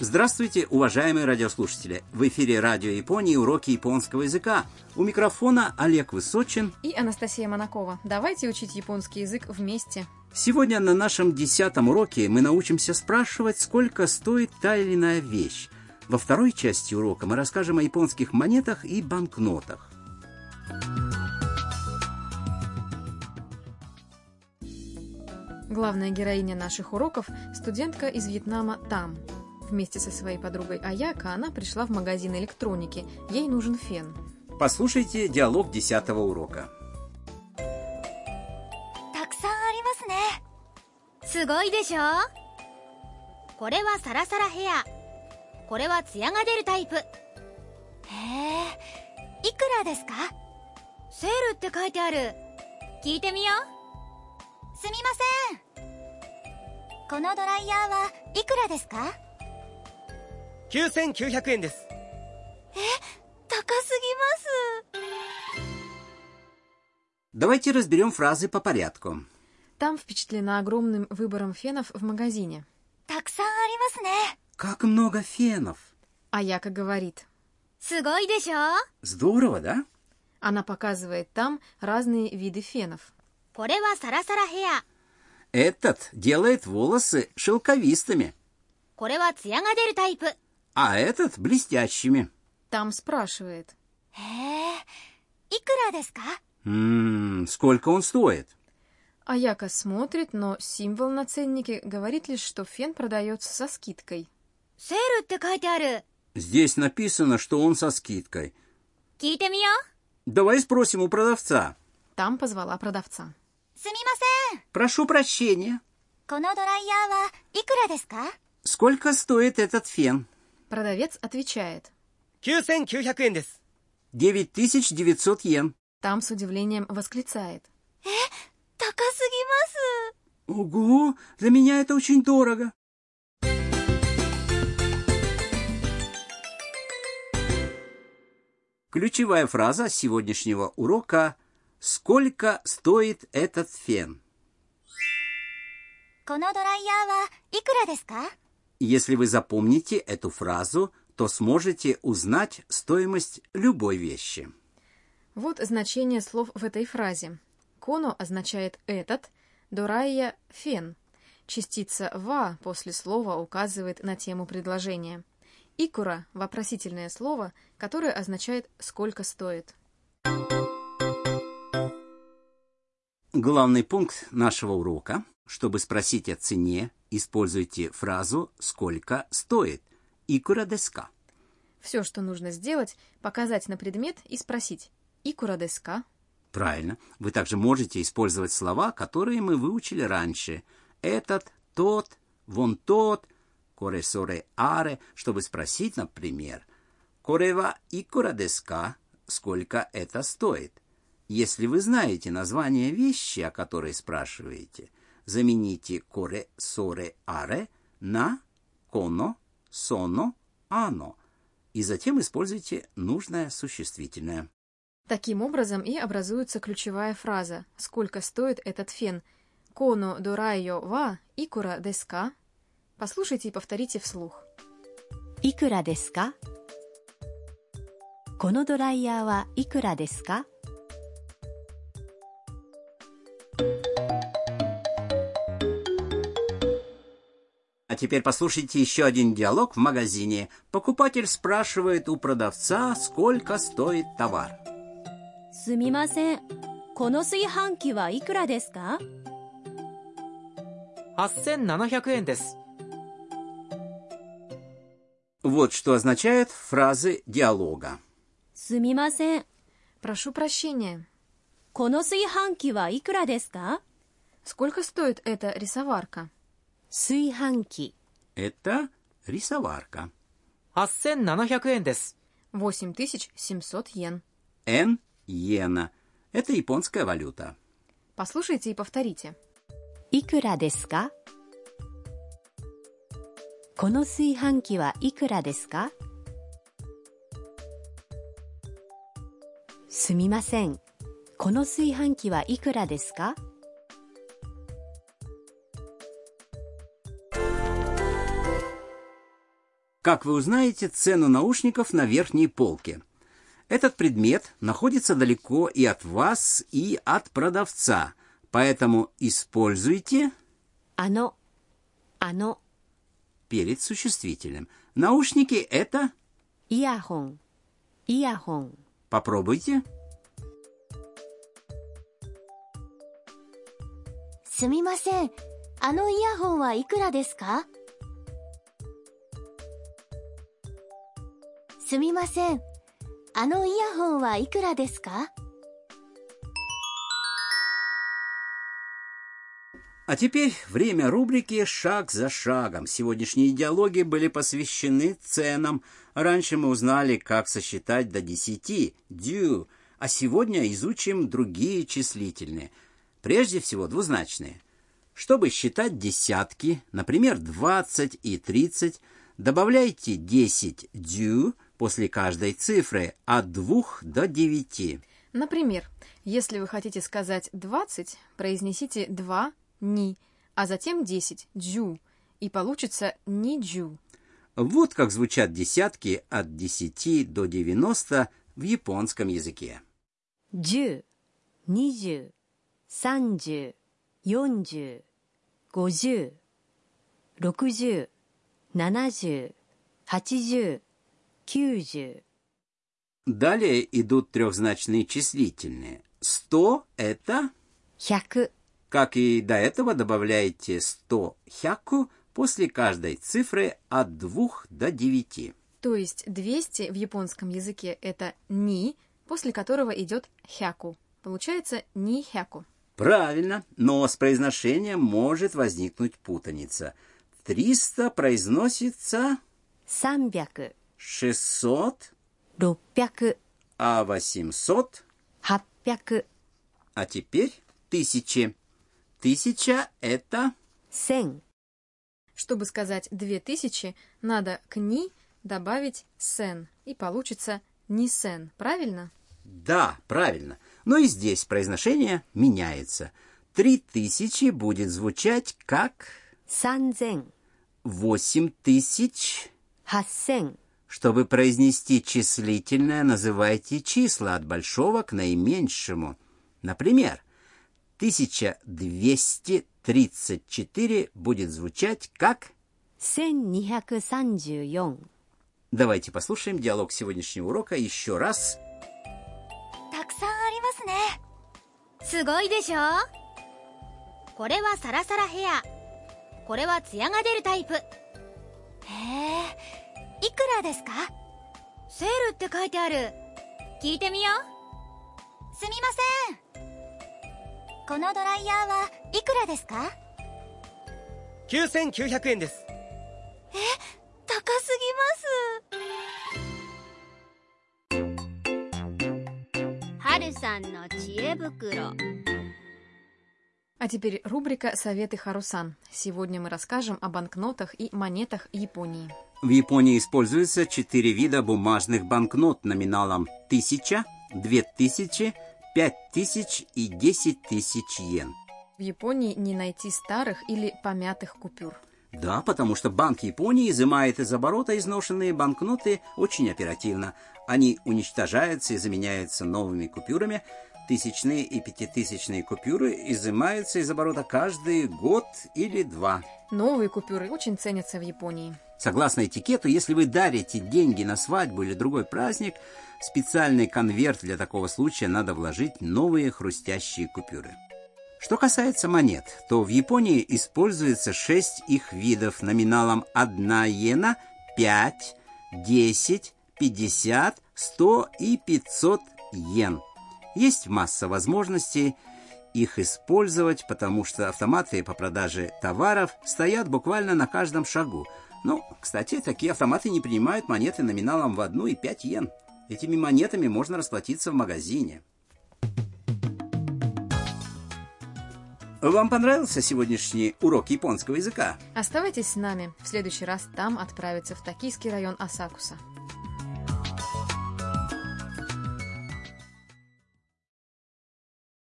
Здравствуйте, уважаемые радиослушатели! В эфире Радио Японии уроки японского языка. У микрофона Олег Высочин. И Анастасия Монакова. Давайте учить японский язык вместе. Сегодня на нашем десятом уроке мы научимся спрашивать, сколько стоит та или иная вещь. Во второй части урока мы расскажем о японских монетах и банкнотах. Главная героиня наших уроков – студентка из Вьетнама Там. Вместе со своей подругой Аяка она пришла в магазин электроники. Ей нужен фен. Послушайте диалог десятого урока. たくさんありますねすごいでしょこれはサラサラヘアこれはツヤが出るタイプへえいくらですかセールって書いてある聞いてみようすみませんこのドライヤーはいくらですか9900円です高すぎます Давайте разберем фразы по порядку. Там впечатлена огромным выбором фенов в магазине. たくさんありますね Как много фенов! Аяка говорит. すごいでしょ Здорово, да? Она показывает там разные виды фенов. これはサラサラヘア Этот делает волосы шелковистыми, これはツヤが出るタイプへえ а этот блестящими. Там спрашивает. いくらですか Ммм, сколько он стоит? Аяка смотрит, но символ на ценнике говорит лишь, что фен продается со скидкой. セールって書いてある Здесь написано, что он со скидкой. 聞いてみよう Давай спросим у продавца. Там позвала продавца. すみません Прошу прощения. このドライヤーはいくらですか Сколько стоит этот фен? Продавец отвечает. 9900円です9900 йен. Там с удивлением восклицает. 高すぎ Ого, для меня это очень дорого. Ключевая фраза сегодняшнего урока «Сколько стоит этот фен?» ますこのドライヤーはいくらですか Если вы запомните эту фразу, то сможете узнать стоимость любой вещи. Вот значение слов в этой фразе. Коно означает «этот», дорайя – «фен». Частица «ва» после слова указывает на тему предложения. «Икура» – вопросительное слово, которое означает «сколько стоит». Главный пункт нашего урока. Чтобы спросить о цене, используйте фразу «сколько стоит» «Икура деска». Все, что нужно сделать – показать на предмет и спросить «Икура деска?» Правильно. Вы также можете использовать слова, которые мы выучили раньше. Этот, тот, вон тот, коресоре аре, чтобы спросить, например, корева икура деска, сколько это стоит. Если вы знаете название вещи, о которой спрашиваете, замените коре соре аре на коно, соно, ано, и затем используйте нужное существительное. Таким образом и образуется ключевая фраза «Сколько стоит этот фен?» «Коно дорайо ва икура деска?» Послушайте и повторите вслух. いくらですかこのドライヤーはいくらですか А теперь послушайте еще один диалог в магазине. Покупатель спрашивает у продавца, сколько стоит товар. すみませんこの炊飯器はいくらですか8700円です Вот что означают фразы диалога. すみません Прошу прощения. この炊飯器はいくらですか Сколько стоит эта рисоварка? 炊飯器 Это рисоварка. 8700円です8700 йен. Н иена. Это японская валюта. Послушайте и повторите. いくらですかこの炊飯器はいくらですかすみませんこの炊飯器はいくらですか Как вы узнаете цену наушников на верхней полке? Этот предмет находится далеко и от вас, и от продавца, поэтому используйте あのあの перед существителем. Наушники это イヤホンイヤホン попробуйте. すみませんあのイヤホンはいくらですかすみませんあのイヤホンはいくらですか А теперь время рубрики «Шаг за шагом». Сегодняшние диалоги были посвящены ценам. Раньше мы узнали, как сосчитать до 10 «дю», а сегодня изучим другие числительные. Прежде всего, двузначные. Чтобы считать десятки, например, 20 и 30, добавляйте 10 «дю» после каждой цифры от 2 до 9. Например, если вы хотите сказать 20, произнесите 2 ни, а затем 10 джу, и получится ни джу. Вот как звучат десятки от 10 до 90 в японском языке. 1 0 2 0 3 0 4 0 5 0 6 0 7 0 8 0 9 0 Далее идут трехзначные числительные. 100 – это, 100 как и до этого, добавляете 100 хяку после каждой цифры от 2 до 9. То есть 200 в японском языке это ни, после которого идет хяку. Получается ни хяку. Правильно, но с произношением может возникнуть путаница. 300 произносится 300 600, 600 а 800 800 А теперь тысячи. Тысяча – это... 1000 Чтобы сказать 2000, надо к ни добавить сен, и получится ни сен, правильно? Да, правильно. Но и здесь произношение меняется. Три тысячи будет звучать как 3000 восемь тысяч. 8000 Чтобы произнести числительное, называйте числа от большого к наименьшему. Например, 1234 будет звучать как... 1234 Давайте послушаем диалог сегодняшнего урока еще раз たくさんありますねすごいでしょこれはサラサラヘアこれはツヤが出るタイプへえいくらですかセールって書いてある聞いてみようすみませんこのドライヤーはいくらですか9900円です高すぎます春さんの知恵袋 А теперь рубрика «Советы Харусан». Сегодня мы расскажем о банкнотах и монетах Японии. В Японии используются четыре вида бумажных банкнот номиналом 1000, 2000, 5000 и 10 тысяч йен. В Японии не найти старых или помятых купюр. Да, потому что Банк Японии изымает из оборота изношенные банкноты очень оперативно. Они уничтожаются и заменяются новыми купюрами. Тысячные и пятитысячные купюры изымаются из оборота каждый год или два. Новые купюры очень ценятся в Японии. Согласно этикету, если вы дарите деньги на свадьбу или другой праздник, в специальный конверт для такого случая надо вложить новые хрустящие купюры. Что касается монет, то в Японии используется шесть их видов номиналом 1 иена, 5, 10, 50, 100 и 500 йен. Есть масса возможностей их использовать, потому что автоматы по продаже товаров стоят буквально на каждом шагу. Ну, кстати, такие автоматы не принимают монеты номиналом в 1 и 5 йен. Этими монетами можно расплатиться в магазине. Вам понравился сегодняшний урок японского языка? Оставайтесь с нами. В следующий раз там отправится в токийский район Асакуса.